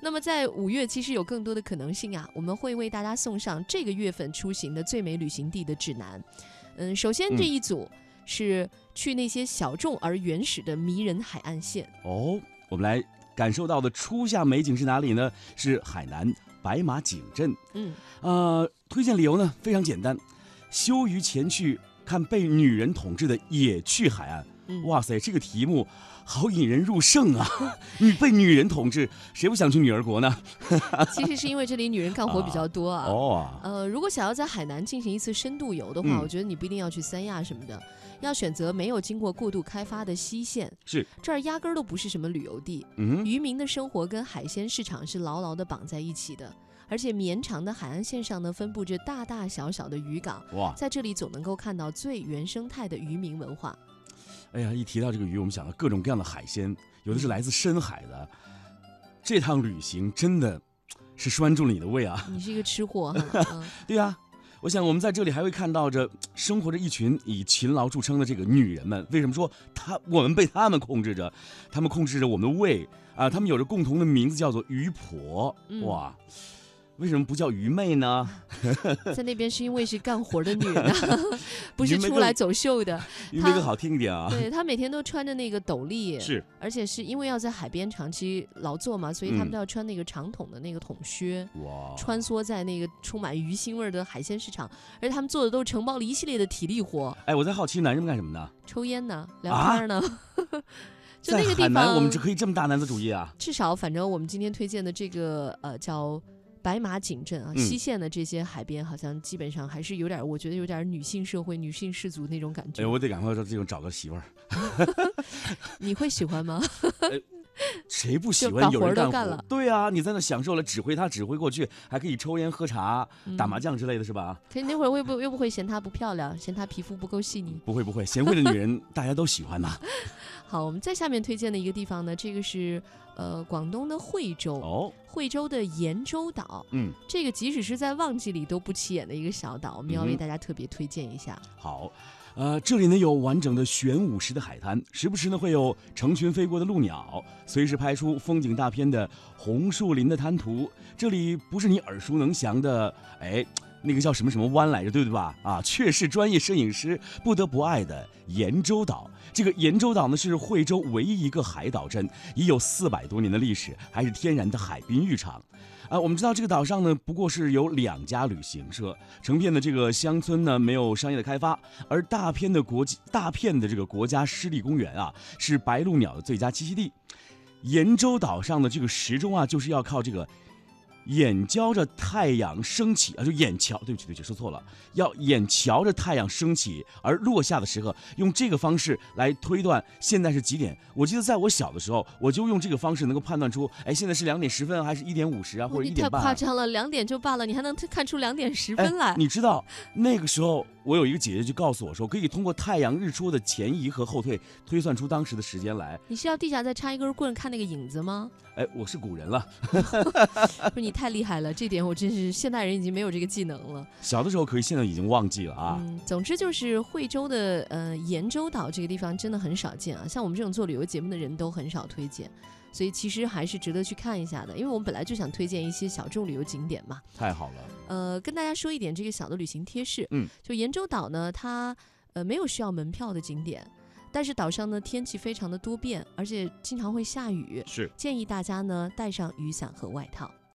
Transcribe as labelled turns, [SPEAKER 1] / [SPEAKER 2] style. [SPEAKER 1] 那么在五月，其实有更多的可能性啊，我们会为大家送上这个月份出行的最美旅行地的指南。嗯，首先这一组是去那些小众而原始的迷人海岸线。
[SPEAKER 2] 哦，我们来感受到的初夏美景是哪里呢？是海南白马景镇。
[SPEAKER 1] 嗯，
[SPEAKER 2] 呃，推荐理由呢非常简单，羞于前去看被女人统治的野趣海岸。
[SPEAKER 1] 嗯
[SPEAKER 2] 哇塞，这个题目好引人入胜啊！ 你被女人统治，谁不想去女儿国呢？
[SPEAKER 1] 其实是因为这里女人干活比较多啊。
[SPEAKER 2] 哦啊，
[SPEAKER 1] 呃，如果想要在海南进行一次深度游的话，
[SPEAKER 2] 嗯
[SPEAKER 1] 我觉得你不一定要去三亚什么的，要选择没有经过过度开发的西线，
[SPEAKER 2] 是，
[SPEAKER 1] 这儿压根儿都不是什么旅游地，
[SPEAKER 2] 嗯，
[SPEAKER 1] 渔民的生活跟海鲜市场是牢牢地绑在一起的，而且绵长的海岸线上呢，分布着大大小小的渔港，
[SPEAKER 2] 哇，
[SPEAKER 1] 在这里总能够看到最原生态的渔民文化。
[SPEAKER 2] 哎呀，一提到这个鱼，我们想到各种各样的海鲜，有的是来自深海的。这趟旅行真的是拴住了你的胃啊！
[SPEAKER 1] 你是一个吃货哈，嗯
[SPEAKER 2] 对啊，我想我们在这里还会看到着生活着一群以勤劳著称的这个女人们。为什么说她我们被她们控制着？她们控制着我们的胃啊，她们有着共同的名字叫做鱼婆。
[SPEAKER 1] 嗯
[SPEAKER 2] 哇，为什么不叫愚昧呢？
[SPEAKER 1] 嗯在那边是因为是干活的 女人啊，不是
[SPEAKER 2] 你们
[SPEAKER 1] 出
[SPEAKER 2] 更
[SPEAKER 1] 来走秀 的。
[SPEAKER 2] 愚昧
[SPEAKER 1] 她
[SPEAKER 2] 更好听一点啊。
[SPEAKER 1] 对她每天都穿着那个斗笠，
[SPEAKER 2] 是，
[SPEAKER 1] 而且是因为要在海边长期劳作嘛，所以他们
[SPEAKER 2] 嗯哦
[SPEAKER 1] 都要穿那个长筒的那个筒靴，
[SPEAKER 2] 哇，
[SPEAKER 1] 穿梭在那个充满鱼腥味儿的海鲜市场，而且他们做的都是承包了一系列的体力活，
[SPEAKER 2] 哎，我在好奇男人们干什么呢？
[SPEAKER 1] 抽烟呢，聊
[SPEAKER 2] 啊
[SPEAKER 1] 天儿呢， 就
[SPEAKER 2] 在
[SPEAKER 1] 那个
[SPEAKER 2] 海
[SPEAKER 1] 地
[SPEAKER 2] 南，
[SPEAKER 1] 方，
[SPEAKER 2] 我们只可以这么大男子主义啊！
[SPEAKER 1] 至少反正我们今天推荐的这个呃叫。白马景镇啊，
[SPEAKER 2] 嗯
[SPEAKER 1] 西线的这些海边好像基本上还是有点儿，我觉得有点儿女性社会、女性氏族那种感觉
[SPEAKER 2] 哎，。我得赶快找这种找个媳妇儿，
[SPEAKER 1] 你会喜 欢吗？
[SPEAKER 2] 谁不喜
[SPEAKER 1] 就
[SPEAKER 2] 欢
[SPEAKER 1] 把
[SPEAKER 2] 有
[SPEAKER 1] 活
[SPEAKER 2] 人
[SPEAKER 1] 儿都
[SPEAKER 2] 干
[SPEAKER 1] 干
[SPEAKER 2] 活？
[SPEAKER 1] 了
[SPEAKER 2] 对啊，你在那享受了指挥他指挥过去，还可以抽烟喝茶、打麻
[SPEAKER 1] 将。
[SPEAKER 2] 将之类的是吧？
[SPEAKER 1] 可是那嗯会儿会不又不会嫌她不漂亮，嫌她皮肤不够细腻？
[SPEAKER 2] 不会不会，贤惠的女人大家都喜欢呐。
[SPEAKER 1] 好，我们在下面推荐的一个地方呢，这个是呃广东的惠州，
[SPEAKER 2] 哦，
[SPEAKER 1] 惠州的盐州岛，
[SPEAKER 2] 嗯，
[SPEAKER 1] 这个即使是在旺季里都不起眼的一个小岛，我们要
[SPEAKER 2] 嗯
[SPEAKER 1] 为
[SPEAKER 2] 哼
[SPEAKER 1] 大家特别推荐一下。
[SPEAKER 2] 好，呃，这里呢有完整的玄武石的海滩，时不时呢会有成群飞过的鹭鸟，随时拍出风景大片的红树林的滩涂。这里不是你耳熟能详的，哎。那个叫什么什么湾来着，对不对吧？啊，却是专业摄影师不得不爱的盐州岛。这个盐州岛呢，是惠州唯一一个海岛镇，已有四百多年的历史，还是天然的海滨浴场。啊，我们知道这个岛上呢，不过是有两家旅行社，成片的这个乡村呢没有商业的开发，而大片的国际大片的这个国家湿地公园啊，是白鹭鸟的最佳栖息地。盐州岛上的这个时钟啊，就是要靠这个眼瞧着太阳升起啊，就眼瞧，对不起对不起，说错了，要眼瞧着太阳升起而落下的时刻，用这个方式来推断现在是几点。我记得在我小的时候，我就用这个方式能够判断出，哎，现在是两点十分还是一点五十啊，或
[SPEAKER 1] 哇
[SPEAKER 2] 者一
[SPEAKER 1] 你太
[SPEAKER 2] 点半、
[SPEAKER 1] 夸
[SPEAKER 2] 啊。
[SPEAKER 1] 张了，两点就罢了，你还能看出两点十
[SPEAKER 2] 哎
[SPEAKER 1] 分来？
[SPEAKER 2] 你知道那个时候，我有一个姐姐就告诉我说，可以通过太阳日出的前移和后退推算出当时的时间来。
[SPEAKER 1] 你是要地下再插一根棍看那个影子 吗？
[SPEAKER 2] 哎，我是古人了，
[SPEAKER 1] 不是你太厉害了，这点我真是现代人已经没有这个技能了。
[SPEAKER 2] 小的时候可以，现在已经忘记了啊。
[SPEAKER 1] 嗯，总之就是惠州的呃盐州岛这个地方真的很少见啊，像我们这种做旅游节目的人都很少推荐，所以其实还是值得去看一下的，因为我们本来就想推荐一些小众旅游景点嘛。
[SPEAKER 2] 太好了，
[SPEAKER 1] 呃，跟大家说一点这个小的旅行贴士，
[SPEAKER 2] 嗯，
[SPEAKER 1] 就盐州岛呢，它呃没有需要门票的景点，但是岛上呢天气非常的多变，而且经常会下雨，
[SPEAKER 2] 是
[SPEAKER 1] 建议大家呢带上雨伞和外套。